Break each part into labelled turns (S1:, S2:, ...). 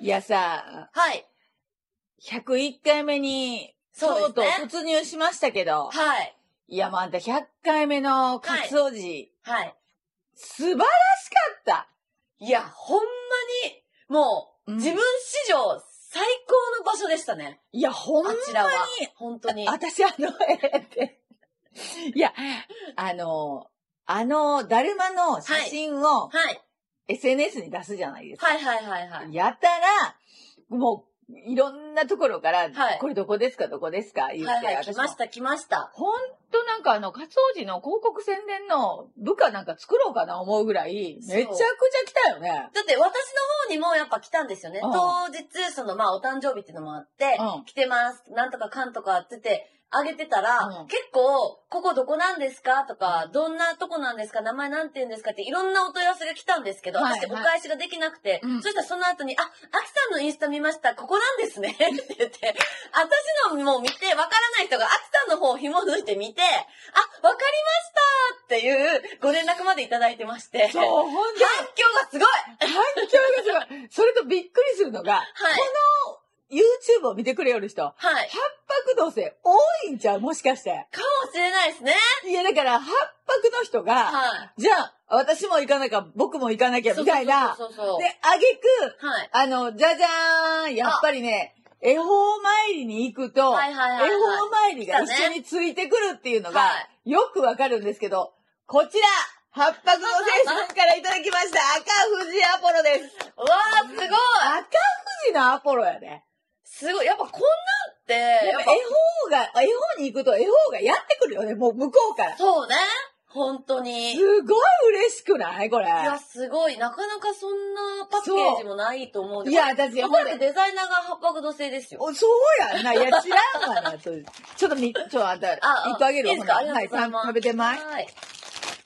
S1: いやさ、
S2: はい。
S1: 101回目に、
S2: そ
S1: と
S2: う
S1: うとう
S2: ですね。
S1: 突入しましたけど、
S2: はい。
S1: いや、もうあんた100回目のカツオジ、
S2: はい。
S1: 素晴らしかった
S2: いや、ほんまに、もう、
S1: うん
S2: 自分史上最高の場所でしたね。
S1: いや、ほんま
S2: あ
S1: に、
S2: ちらは。本当に。
S1: 私あの、 えーって。いや、あの、あの、だるまの写真
S2: は
S1: を
S2: い。
S1: SNS に出すじゃないですか。
S2: はいはいはいはい。
S1: やたら、もう、いろんなところから、
S2: はい
S1: これどこですかどこですか言って、
S2: はいはい、来
S1: 私
S2: ま
S1: も
S2: した来ました。
S1: ほんとなんかあの、カツオジの広告宣伝の部下なんか作ろうかな思うぐらい、
S2: そう
S1: めちゃくちゃ来たよね。
S2: だって私の方にもやっぱ来たんですよね。
S1: うん
S2: 当日、そのまあお誕生日っていうのもあって、
S1: うん
S2: 来てます、なんとかかんとかってて、あげてたら、
S1: うん
S2: 結構、ここどこなんですかとか、どんなとこなんですか名前なんて言うんですかっていろんなお問い合わせが来たんですけど、
S1: はい
S2: 私お返しができなくて、
S1: うん
S2: そしたらその後に、あ、アキさんのインスタ見ました、ここなんですねって言って、私のもう見て、わからない人がアキさんの方を紐抜いて見て、あ、わかりましたっていうご連絡までいただいてまして、
S1: そう、
S2: 反響
S1: ほん と
S2: がすごい
S1: 反響がすごい。それとびっくりするのが、
S2: はい。
S1: YouTube を見てくれよる人、
S2: はい。
S1: 八白同性多いんちゃうもしかして。
S2: かもしれないですね。
S1: いや、だから八白の人が、
S2: はい。
S1: じゃあ、私も行かなきゃ、僕も行かなきゃ、みたいな。で、
S2: そうそうそうそうそう。
S1: あげく、
S2: はい。
S1: あの、じゃじゃーん、やっぱりね、恵方参りに行くと、
S2: はいはいはいはい
S1: 恵方参りが一緒についてくるっていうのが
S2: は、
S1: よくわかるんですけど、こちら、八白の生さんからいただきました、赤富士アポロです。
S2: うわー、すごい
S1: 赤富士のアポロやね。
S2: すごい。やっぱこんなんって、
S1: や
S2: や
S1: っ
S2: っ
S1: ぱ恵方が、恵方に行くと恵方がやってくるよね、もう向こうから
S2: ぱ、。そうね。本当
S1: す
S2: に。い
S1: ごい嬉しくないこれ。
S2: や、すごい。なかなかそんなパッケージもないと思うんで。
S1: いや、、私、
S2: やっ
S1: ほ
S2: ぱ
S1: んで
S2: りデザイナーが八白土星ですよ。
S1: おそうやんな。い や、知らんわな。そうちょっとみ、ちょっとあんた、
S2: ああ
S1: 一個あげるわ。
S2: いいですか
S1: ほな
S2: ありがとうございます
S1: はい、食べてまい。
S2: はい。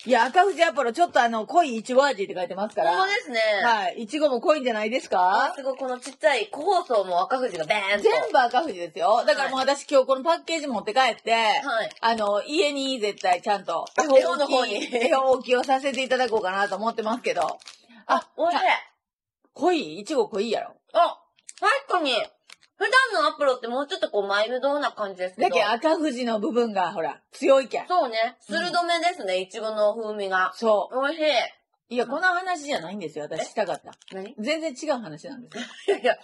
S1: いや、赤富士アポロ、ちょっとあの、濃いいちご味って書いてますから。
S2: ほんまですね。
S1: はい。いちごも濃いんじゃないです
S2: あ
S1: か
S2: すごい。このちっちゃい個包装も赤富士がベーンと。
S1: 全部赤富士ですよ。だからもう私今日このパッケージ持って帰って、
S2: はい。
S1: あの、家に絶対ちゃんと、
S2: あ絵本の方に
S1: 絵本置きをさせていただこうかなと思ってますけど。
S2: あ、おいしい
S1: た。濃いいちご濃いやろ。
S2: あ、確かに。普段のアプロってもうちょっとこうマイルドな感じですけど。
S1: だけど赤富士の部分が、ほら、強いけん。
S2: そうね。
S1: うん
S2: 鋭めですね、いちごの風味が。
S1: そ
S2: 美味し
S1: う。いや、この話じゃないんですよ。私したかった。
S2: い。何い
S1: 全然違う話なんですよ。
S2: やいや、い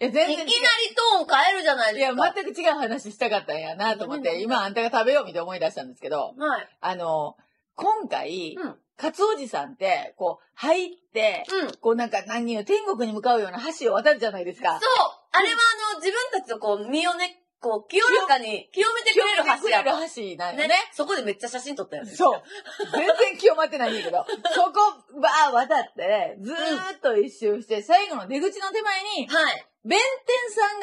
S1: え、全
S2: きな
S1: 然違。
S2: りトーン変えるじゃないう
S1: い
S2: です
S1: や、
S2: か。
S1: 全く違う話したかったんやなと思っ
S2: ごめんごめ
S1: て、
S2: ん
S1: 今あんたが食べようみたいに思い出したんですけど、
S2: はい。
S1: あの、今回、
S2: うん。
S1: カツオジさんって、こう、入って、
S2: うん。そう
S1: こうなんか何言う、天国に向かうような橋を渡るじゃないですか。
S2: あれはあの、自分たちのこう、身をね、こう、清らかに、清めてくれる橋や
S1: る
S2: と。
S1: 橋なんよ
S2: ね
S1: ね。
S2: そこでめっちゃ写真撮ったよね。
S1: そう。全然清まってないんだけど、そこ、ばー渡って、ずーっと一周して、最後の出口の手前に、
S2: はい。
S1: 弁天さん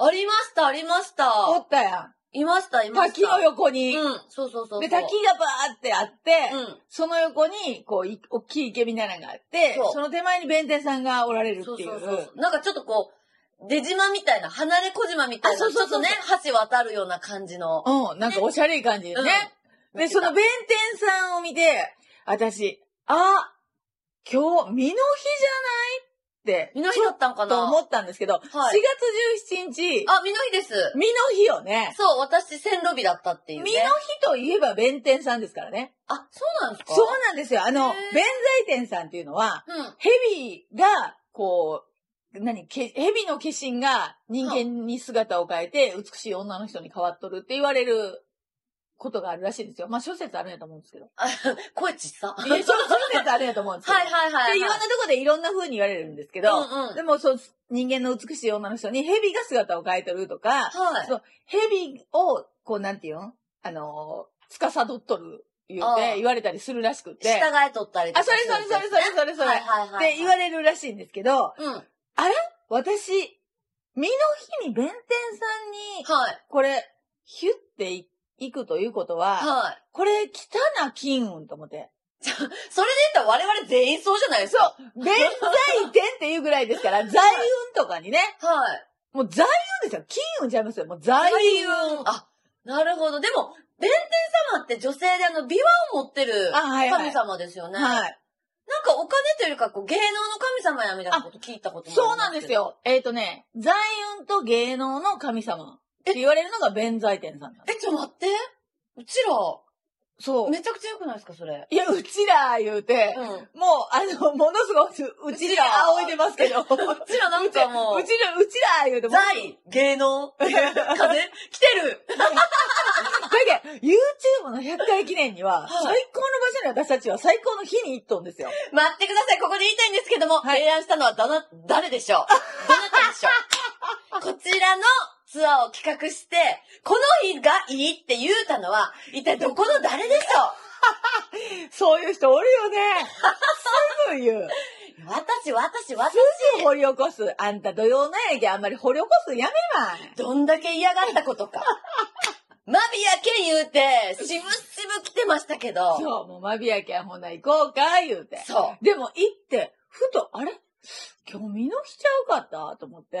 S1: が
S2: ありました、ありました。
S1: おったや
S2: いました、い
S1: ん。
S2: ました。
S1: 滝の横に。
S2: うん。そうそうそうそう。
S1: で、滝がバーってあって、
S2: うん。
S1: その横に、こう、い大きい池みたいなのがあって、
S2: そう
S1: その手前に弁天さんがおられる
S2: そ
S1: っ
S2: う
S1: ていう。
S2: そうそうそう。なんかちょっとこう、出島みたいな、離れ小島みたいな、
S1: あそうそうそう
S2: ちょっとね、橋渡るような感じの。
S1: うん、なんかおしゃれい感じでね。
S2: うん
S1: で、その弁天さんを見て、私、あ、今日、身の日じゃないって、
S2: 身の日だったんか
S1: と
S2: な
S1: 思ったんですけど、
S2: はい
S1: 4月17日、
S2: あ、身の日です。
S1: 身の日をね、
S2: そう、私、線路日だったっていう、
S1: 身
S2: ね。
S1: の日といえば弁天さんですからね。
S2: あ、そうなんですか
S1: そうなんですよ。あ
S2: へ
S1: の、弁
S2: ー
S1: 財天さんっていうのは、
S2: う。ん。
S1: ヘビが、こう、何、けヘビの化身が人間に姿を変えて、美しい女の人に変わっとるって言われることがあるらしいんですよ。まあ、諸説あるんやと思うんですけど。
S2: 声ちっさ。 はい
S1: いや諸諸説あるんやと思うんですけ ど。
S2: はいはいはい。
S1: で、いろんなとこでいろんな風に言われるんですけど、
S2: うんうん。
S1: でも、そう、人間の美しい女の人にヘビが姿を変えとるとか、
S2: はい。
S1: そうヘビを、こう、なんていうんあのー、司どっとる、言う
S2: ああ
S1: て、言われたりするらしくて。
S2: 従えとったりとか
S1: あ、それそれそれそれそれそれ。
S2: はいはいはい。
S1: って言われるらしいんですけど、
S2: うん。はい。
S1: 私、身の日に弁天さんに、これ、ヒュってい行くということは、
S2: はい。
S1: これ、汚な金運と思って。
S2: それで言ったら我々全員そうじゃないですか。
S1: 弁財天っていうぐらいですから、財運とかにね、
S2: はい。
S1: もう財運ですよ。金運ちゃいますよ。もう財運。
S2: あ、なるほど。でも、弁天様って女性であの、琵琶を持ってる
S1: あはいは
S2: 神
S1: い
S2: 様ですよね。
S1: はい。
S2: なんかお金というよりか、こう、芸能の神様やみたいなこと聞いたことも
S1: そうな
S2: あ
S1: ん
S2: りま
S1: です
S2: けど。
S1: よ。えっ、とね、財運と芸能の神様って言われるのが弁財天さんなんで
S2: え、ちょ、待って。うち
S1: す。そ
S2: ら、
S1: う。
S2: めちゃくちゃ良くないですか、それ。
S1: いや、うちら言うて、
S2: うん。
S1: もう、あの、ものすごく、うちら仰いでますけど。うちら、
S2: うちらなんかも
S1: う
S2: う、
S1: ちら、うちら言うて、もう
S2: 財、芸能、風、来てる
S1: これで、YouTube の100回記念に
S2: は
S1: は、
S2: い
S1: 最高の場所に私たちは最高の日に行っとんですよ。
S2: 待ってください、ここで言いたいんですけども、提案したのはどな、誰でしょうどなたでしょう こちらのツアーを企画して、この日がいいって言うたのは、一体どこの誰でし
S1: そういう人おる よね。すぐ言う。
S2: ょう私、私、私、
S1: すぐ掘り起こす。あんた土曜のやけあんまり掘り起こすんやめまい。
S2: どんだけ嫌がったこと か。マビやけん言うて、しぶしぶ来てましたけど。そう。
S1: そう、もうまびやけんほな行こうか、言うて。
S2: そう
S1: でも行って、ふと、あれ今日見のしちゃうかったと思って。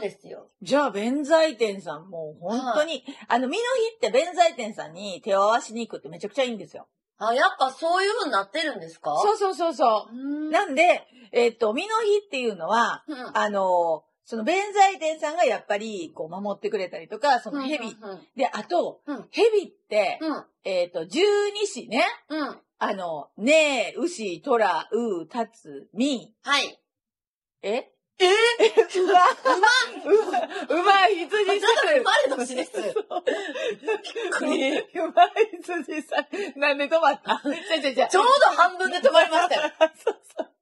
S2: ですよ。
S1: じゃあ、弁財天さんもう本当に、あの、見の日って弁財天さんに手を合わしに行くってめちゃくちゃいいんですよ。
S2: あ、やっぱそういう風になってるんですか
S1: そうそうそうそ
S2: ー
S1: うう。
S2: ん。
S1: なんで、えっと、見の日っていうのは、
S2: うん。うん
S1: あの、その弁財天さんがやっぱり、こう、守ってくれたりとか、その蛇。
S2: うん。
S1: で、あと
S2: うん、
S1: 蛇って、
S2: うん。
S1: えっ、と、十二子ね。
S2: うん。
S1: あの、ねえ、うし、とら、う、たつ、み、
S2: はい。
S1: え
S2: え
S1: うま、うま、うまい
S2: ちょっ
S1: 羊
S2: と
S1: さ
S2: 生まれ年です。びっくり。
S1: ん。うまい羊さん。なんで止まったじゃじゃじゃ。
S2: ちょうど半分で止まりましたよ。
S1: そうそう。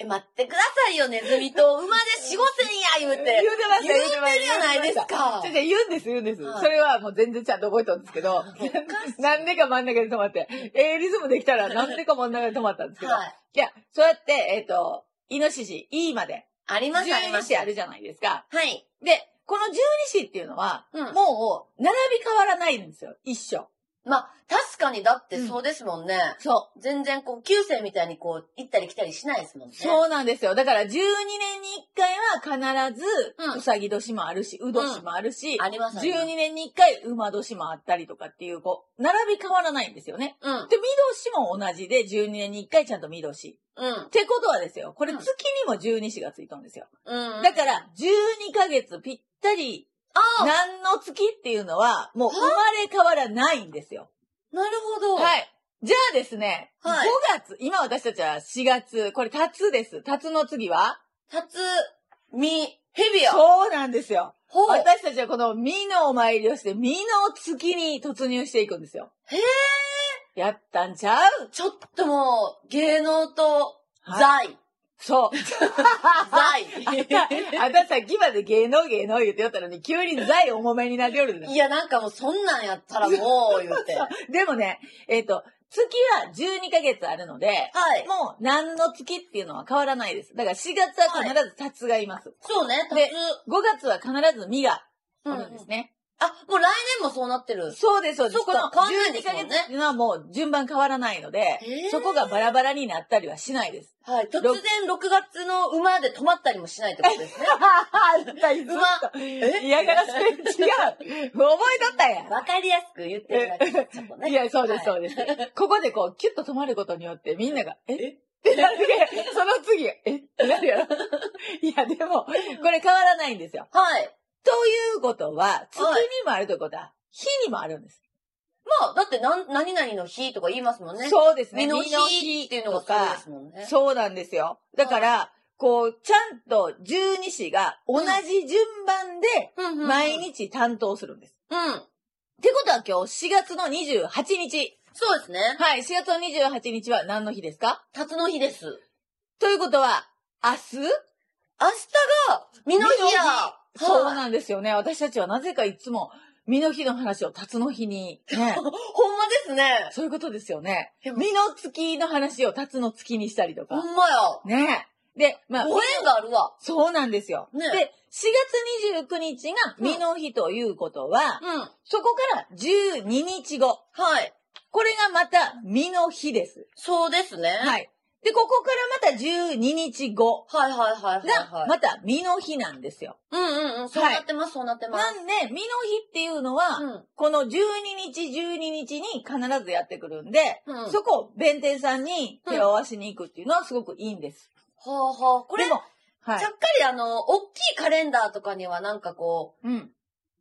S2: え、待ってくださいよ、ネズミと。馬で四五千や、言う
S1: 言う
S2: て。
S1: てました、
S2: 言うてるやないですか
S1: じゃじゃ言うんです、言うんです。
S2: はい
S1: それはもう全然ちゃんと覚えたんですけど。 なんでか真ん中で止まって。ええリズムできたら、なんでか真ん中で止まったんですけど。
S2: はい。
S1: いや、そうやって、えっ、と、イノシシ、イまで、
S2: あります、あり
S1: 12
S2: ます。
S1: 子あるじゃないですか。
S2: はい。
S1: で、この十二子っていうのは、
S2: うん。
S1: もう、並び変わらないんですよ。一緒。
S2: まあ、確かにだってそうですもんね。
S1: そう。
S2: 全然こう、旧世みたいにこう、行ったり来たりしないですもんね。う。
S1: そうなんですよ。だから、12年に1回は必ず
S2: う、ん
S1: うさぎ年もあるし、う年もあるし、
S2: ありますね。
S1: 12年に1回、馬年もあったりとかっていう、こう、並び変わらないんですよね。
S2: うん。
S1: で、みどしも同じで、12年に1回ちゃんとみどし。
S2: うん
S1: っ。てことはですよ、これ
S2: うん
S1: 月にも12子がついたんですよ。
S2: うん。
S1: だから、、12ヶ月ぴったり、
S2: ああ
S1: 何の月っていうのは、もう生まれ変わらないんですよ。
S2: なるほど。い。
S1: はい。じゃあですね、
S2: はい
S1: 5月、今私たちは4月、これ、タツです。タツの次は
S2: たつ、み、ヘビよ。
S1: そうなんですよ。
S2: ほう。
S1: 私たちはこの、ミのお参りをして、ミの月に突入していくんですよ。
S2: へえ。
S1: やったんちゃう
S2: ちょっともう、芸能と、
S1: はい
S2: 財。
S1: そう。
S2: 財。
S1: あんたさっきまで芸能芸能言ってよったのに、急に財重めになっておるの
S2: いや、なんかもうそんなんやったらもう、言 うて。は
S1: でもね、えっ、と、月は12ヶ月あるので、
S2: い。
S1: もう何の月っていうのは変わらないです。だから4月は必ずタツがいます。
S2: そうね、たつ
S1: で。5月は必ずミがおるんですね。
S2: あ、もう来年もそうなってる。
S1: そうです、そうです。
S2: そっ
S1: こ
S2: か
S1: の
S2: 変わんないんで
S1: 12
S2: すも
S1: ヶ
S2: んね
S1: 月っていうのはもう順番変わらないので、
S2: へー
S1: そこがバラバラになったりはしないです。
S2: はい。突然6月の馬で止まったりもしないってことです ね。ずっとえ
S1: 嫌がらせ、違う。覚えとったやん。
S2: わかりやすく言ってるだけです。ちょっと ね
S1: いや、そうです、
S2: は
S1: そうです。 ここでこう、キュッと止まることによって、みんなが、えってなるけどその次、えってなるやろ。いや、でも、これ変わらないんですよ。
S2: はい。
S1: ということは、月にもあるということは、日にもあるんです。
S2: まあ、だってなん、何々の日とか言いますもんね。う
S1: そうですね。
S2: 身の
S1: 実の
S2: 日っていうのがそうですもんね。
S1: そうなんですよ。だから、こう、ちゃんと十二支が同じ順番で、
S2: うんうんうん
S1: 毎。日担当するんです。
S2: うん。
S1: ってことは今日4月の28日。
S2: そうですね。
S1: はい、4月の28日は何の日ですか
S2: 辰の日です。
S1: ということは、明日
S2: 明日が、身の日や。はい
S1: そうなんですよね。私たちはなぜかいつも、身の日の話を辰の日に、ね。
S2: ほんまですね。
S1: そういうことですよね。
S2: でも
S1: 身の月の話を辰の月にしたりとか
S2: ほ。んまや。
S1: ね。で、まあ、
S2: ご縁があるわ。
S1: そうなんですよ。
S2: ね
S1: で、4月29日が身の日ということは、
S2: うん。
S1: そこから12日後。
S2: はい。
S1: これがまた身の日です。
S2: そうですね。。
S1: はいい。で、ここからまた12日後
S2: はいはいはいはい、は
S1: が、
S2: い。
S1: また実の日なんですよ。
S2: うんうんうん。そうなってます、そうなってま
S1: な
S2: す。
S1: んで、実の日っていうのは、
S2: うん。
S1: この12日、12日に必ずやってくるんで、
S2: うん。は
S1: そこを弁天さんに手を合わしに行くっていうのはすごくいいんです。
S2: あはあ。これ、
S1: で
S2: ちゃっ
S1: も、はい
S2: か。りあの、大きいカレンダーとかにはなんかこ
S1: うん。
S2: う、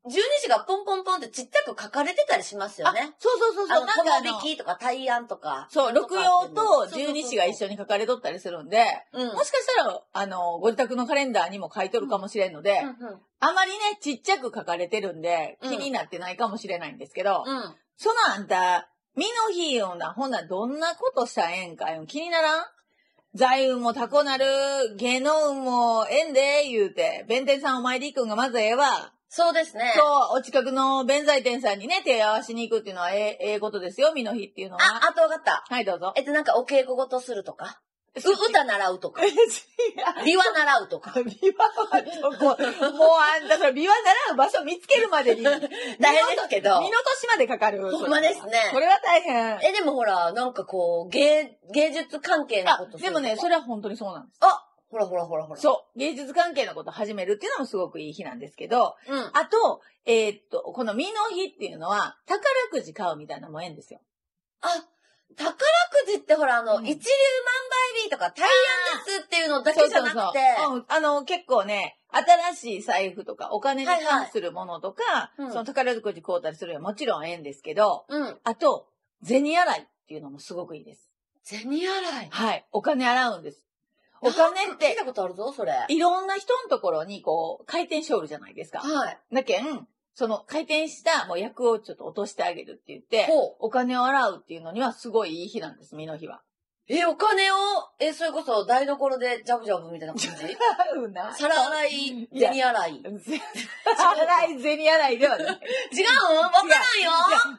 S2: 12時がポンポンポンってちっちゃく書かれてたりしますよ
S1: あ
S2: ね。、
S1: そうそうそう
S2: あ
S1: そ
S2: の、
S1: う、なんかあ
S2: 友
S1: の、
S2: 引きとか対案とか。
S1: そう、六曜と十二
S2: 12
S1: 支が一
S2: 緒。
S1: 緒に書かれとったりするんで、
S2: うん。
S1: もしかしたら、あの、ご自宅のカレンダーにも書いとるかもしれんので、
S2: うんうん
S1: あまりね、ちっちゃく書かれてるんで、
S2: うん
S1: 気になってないかもしれないんですけど、
S2: うん。
S1: そのあんた、身の日ような、ほんなどんなことしたらええんかよ、気にならん財運もタコなる、芸能運もええんで、言うて、弁天さんお参り行くんがまずええわ。
S2: そうです ね。
S1: そう、お近くの弁財天さんにね、手合わしに行くっていうのはええ、ええことですよ、身の日っていうのは
S2: あ。、あとわかった。
S1: はい、どうぞ。
S2: えっと、なんかお稽古ごとするとか、
S1: う、
S2: う、歌習うとか、琵琶習うとか。
S1: 琵琶はどこもうあんた、それ琵琶習う場所見つけるまで に、二
S2: 大変ですけど
S1: の。年までかかる。
S2: ほんまですね
S1: これは大変。
S2: え、でもほら、なんかこう、芸、芸術関係の
S1: あ
S2: こと、す
S1: で
S2: ると
S1: も
S2: か
S1: ね、それは本当にそうなんです。
S2: あほらほらほらほら。
S1: そう。芸術関係のことを始めるっていうのもすごくいい日なんですけど、
S2: う。うん。
S1: あと、えーっと、この身の日っていうのは、宝くじ買うみたいなのもええんですよ。
S2: あ、宝くじってほら、あの、
S1: うん
S2: 一粒万倍日とか、大安ですっていうのだけじゃなくて、
S1: そううんあの、結構ね、新しい財布とか、お金に関するものとか、
S2: いうん
S1: その宝くじ買うたりするよはもちろんええんですけど、
S2: うん。
S1: あと、銭洗いっていうのもすごくいいです。
S2: 銭洗い。
S1: はい。お金洗うんです。お金っ
S2: 聞い
S1: て、
S2: たことあるぞ、それ。はい。
S1: いろんな人のところに、こう、回転しおるじゃないですか。だけん、その回転した、もう役をちょっと落としてあげるって言って、
S2: ほう。
S1: お金を洗うっていうのにはすごいいい日なんです、身の日 は。
S2: え、お金を、え、それこそ台所でジャブジャブみたい な感じ
S1: うな
S2: 皿 洗い、銭洗い。違う
S1: 洗い、銭洗いではない。
S2: わからんよ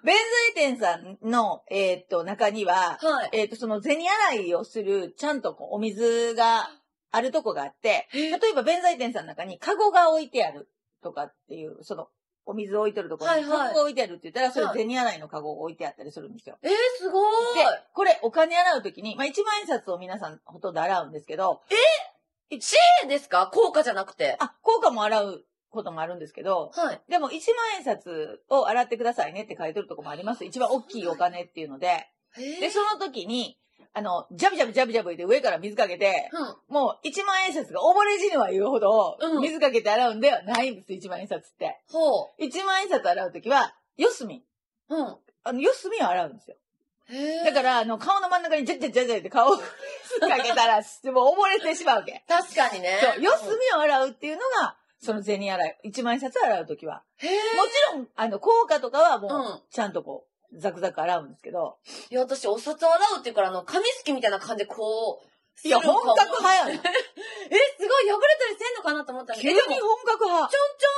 S1: 弁財天さんの、えーっと、中に
S2: は
S1: は、
S2: い。
S1: えーっと、その銭洗いをする、ちゃんとこうお水があるとこがあって、例えば弁財天さんの中にカゴが置いてあるとかっていう、その、お水を置いてるところに
S2: は
S1: カ
S2: いはい
S1: ゴが置いてあるって言ったら、それ
S2: はい
S1: 銭洗いのカゴが置いてあったりするんですよ。
S2: えー、すごー
S1: で、これお金洗うときに、まあ、一万円札を皆さんほとんど洗うんですけど、
S2: い。知恵ですか効果じゃなくて。
S1: あ、効果も洗うこともあるんですけど、
S2: はい。
S1: でも、1万円札を洗ってくださいねって書いてるとこもあります。一番大きいお金っていうので。
S2: え
S1: で、その時に、あの、ジャブジャブジャブジャブ言って上から水かけて、
S2: うん。
S1: もう1万円札が溺れ死ぬは言うほど
S2: うん、
S1: 水かけて洗うんではないんです、1万円札って。
S2: ほ
S1: 1万円札洗う時は、四隅。
S2: う。うん。
S1: あの、四隅を洗うんですよ。
S2: へー
S1: だから、あの、顔の真ん中にジャジャジャジャって顔を水かけたら、もう溺れてしまうわけ。
S2: 確かにね。
S1: そう、四隅を洗うっていうのが、その銭洗い、1万円札洗う時は。
S2: へえ。
S1: もちろん、あの、効果とかはも
S2: うん
S1: う、ちゃんとこう、ザクザク洗うんですけど。
S2: いや、私、お札洗うっていうから、あの、紙すきみたいな感じでこう、
S1: いや、
S2: する
S1: 本
S2: のかも
S1: 格派やん。
S2: え、すごい、破れたりせんのかなと思ったんだけ
S1: 急に
S2: ど、
S1: 本
S2: えでも
S1: 格派。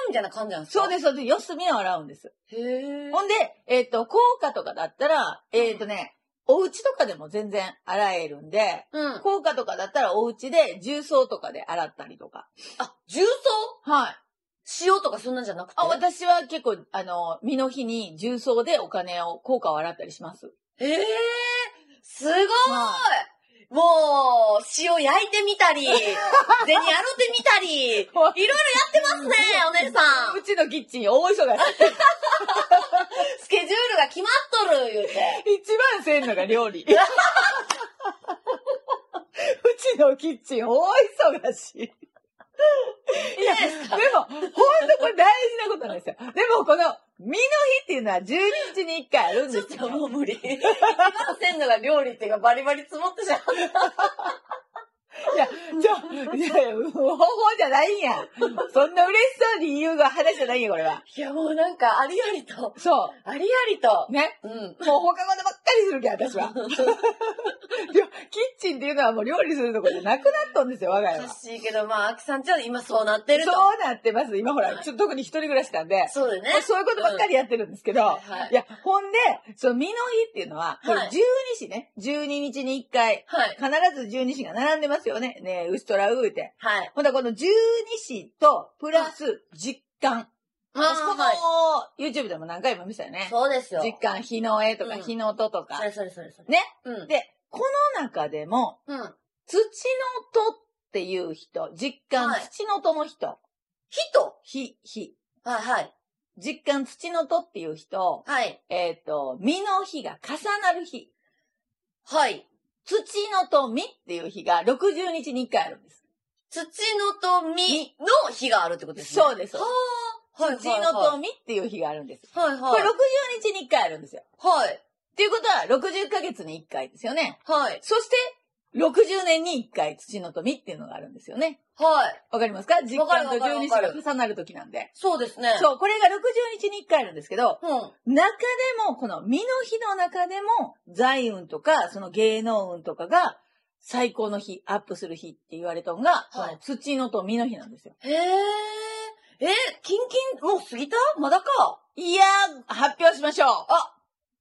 S2: みたいな感じなんですか
S1: そうです、そうです。四隅を洗うんです。
S2: す。へえ。
S1: ほんで、えっ、と、効果とかだったら、えっ、とね、お家とかでも全然洗えるんで、
S2: うん。
S1: 効果とかだったらお家で重曹とかで洗ったりとか。
S2: あ、重曹
S1: はい。
S2: 塩とかそんなんじゃなくて。
S1: あ、私は結構、あの、身の日に重曹でお金を、効果を洗ったりします。
S2: へえ。すごい。
S1: は
S2: もう、塩焼いてみた り、銭洗ってみたり、いろいろやってますね、お姉さん
S1: う。ちのキッチン大忙し。
S2: スケジュールが決まっとる、言うて。
S1: 一番せんのが料理。 うちのキッチン大忙しい。いや、でも、ほんとこれ大事なことなんですよ。でも、この、身の日っていうのは12日に1回あるん
S2: ち
S1: で
S2: ょっ
S1: す
S2: と
S1: よ。
S2: もう無理。一 番せんのが料理っていうかバリバリ積もってしまう。
S1: いや、ちょ、いやいや、方法じゃないんや。そんな嬉しそうに言うが話じゃないんや、これは。
S2: いや、もうなんか、ありありと、
S1: そ
S2: ありありと
S1: う。、ね。
S2: うん。
S1: もう他事ばっかりするけん、私は。いやキッチンっていうのはもう料理するとこじゃなくなったんですよ、我が家
S2: お
S1: は
S2: か。しいけど、まあ、あきさんちは今そうなってると。
S1: そうなってます。今ほら、ちょっと特に一人暮らしなんで、
S2: そうだね。
S1: もうそういうことばっかりやってるんですけど、
S2: はいはい
S1: いや、ほんで、その身の日っていうのは、これ
S2: はい
S1: 12時ね、12日に1回、
S2: はい。
S1: 必ず12時が並んでますよね。ねえ、ウストラウーって。
S2: はい。
S1: ほんだこの12時と、プラス、実感。
S2: あ
S1: 私こ
S2: ーはい。
S1: の、YouTube でも何回も見せたよね。
S2: そうですよ。
S1: 実感、日の絵とか、
S2: うん
S1: 日の音と
S2: そ
S1: か。
S2: れそれそれそれ。
S1: ね
S2: うん。
S1: で、この中でも、
S2: うん。人
S1: 土の音っていう人、実感、
S2: はい
S1: 土の音の人、ひ、ひ、
S2: はいはい。
S1: 実感土の音っていう人、
S2: はい。
S1: えっ、と、実の日が重なる日、
S2: はい。
S1: 土のと実っていう日が60日に1回あるんです。
S2: 土のとみの日があるってことですね。
S1: そうです
S2: はあ。はい
S1: 土のと実っていう日があるんです。
S2: はい
S1: こ
S2: は
S1: れ
S2: い
S1: 60。日に1回あるんですよ。
S2: はい。
S1: っていうことは60ヶ月に1回ですよね。
S2: はい。
S1: そして、60年に1回土のと実っていうのがあるんですよね。
S2: はい。
S1: わかりますか実
S2: わかる
S1: 感と十二支
S2: わかる
S1: が
S2: わか
S1: 重なる時なんで。
S2: そうですね。
S1: そう、これが60日に1回あるんですけど、
S2: う。うん。
S1: 中でも、この身の日の中でも、財運とか、その芸能運とかが、最高の日、アップする日って言われたのが、
S2: はい
S1: この土のと身の日なんですよ。
S2: へえ。え、キンキン、もう過ぎたまだか。
S1: いやー、発表しましょ
S2: あ、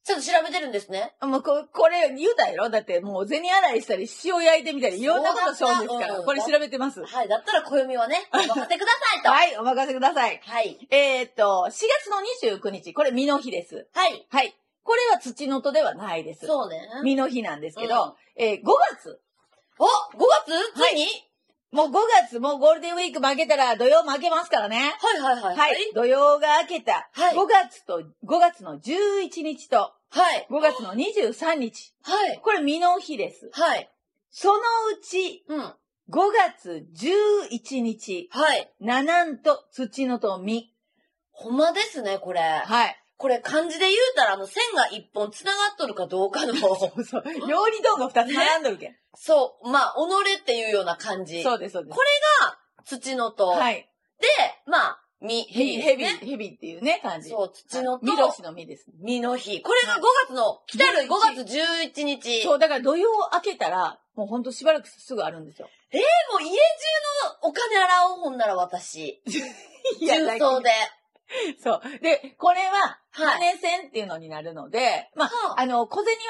S2: ちょっと調べてるんですね。
S1: う。もうこ、これ言うたやろだってもう銭洗いしたり、塩焼いてみたり、いろんなことしようんですか
S2: そ
S1: ら、
S2: うだった
S1: これ調べてます。
S2: はい。だったら暦はね、頑張ってくださいと。
S1: はい、お任せください。
S2: はい。
S1: えーっと、4月の29日、これ身の日です。
S2: はい。
S1: はい。これは土のとではないです。
S2: そうね。
S1: 身の日なんですけ
S2: うん
S1: ど、えー5月。
S2: お !5 月ついに
S1: もう5月、もうゴールデンウィーク負けたら土曜負けますからね。
S2: はいはいはい。
S1: はい。土曜が明けた。
S2: はい
S1: 5月と、5月の11日と、
S2: はい。
S1: 5月の23日。
S2: はい。
S1: これ、身の日です。
S2: はい。
S1: そのうち、
S2: うん。
S1: 5月11日、
S2: はい。
S1: ナナンと土のと実。
S2: ほんまですね、これ。
S1: はい。
S2: これ漢字で言うたら、あの、線が一本繋がっとるかどうか の。
S1: そうそう。料理道具2つ並んどるけん。
S2: そう、まあ、己っていうような感じ。
S1: そうです、そうです。
S2: こ土のと。
S1: はい。
S2: で、まあ、み、
S1: ヘビ、ヘビ、
S2: ね
S1: ヘビっていうね、感じ。
S2: そう、土のと、
S1: ミロシの実です。
S2: みの日。これが5月の、来たる5月11日。
S1: そう、だから土曜明けたら、もうほんとしばらくすぐあるんです
S2: も
S1: よ。
S2: う家中のお金洗おうほんなら私。
S1: い
S2: 重曹で。
S1: そう。で、これは、
S2: はい。
S1: 種銭っていうのになるので、まあ、
S2: は
S1: あの、小銭はね、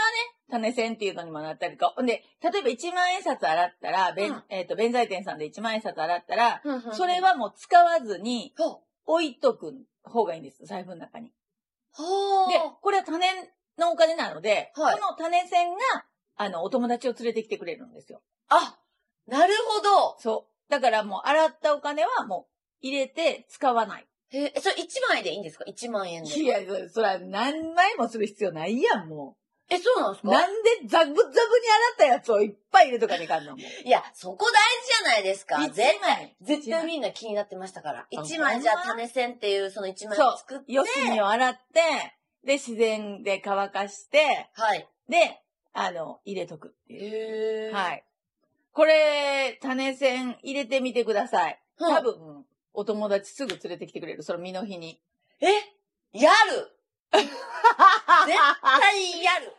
S1: 種銭っていうのにもなったりとか、ほんで、例えば1万円札洗ったら、べん
S2: うん
S1: えっ、と、弁財天さんで1万円札洗ったら、
S2: あ
S1: それ、はもう使わずに
S2: ほ
S1: 置いとく方がいいんです、財布の中に。
S2: ほ
S1: で、これは種のお金なので、
S2: はい
S1: この種銭が、あの、お友達を連れてきてくれるんですよ。
S2: あ、なるほど。
S1: そう。だからもう洗ったお金はもう入れて使わない。
S2: へえ、それ1枚でいいんですか ?1 万円で。
S1: いや、そそれは何枚もする必要ないやん、も
S2: え、そうなんです
S1: う。
S2: か
S1: なんでザブザブに洗ったやつをいっぱい入れと かにいかんのもう。
S2: いや、そこ大事じゃないですか。
S1: 一
S2: 絶
S1: 枚。
S2: 絶対みんな気になってましたから。
S1: あ
S2: 1枚じゃあ種銭っていうその1枚を作って。
S1: よしみを洗って、で、自然で乾かして、
S2: はい。
S1: で、あの、入れとくっていう。
S2: へ。
S1: はいい。これ、種銭入れてみてください。多
S2: 多分。
S1: 分、お友達すぐ連れてきてくれる。その身の日に。
S2: えやる絶対やる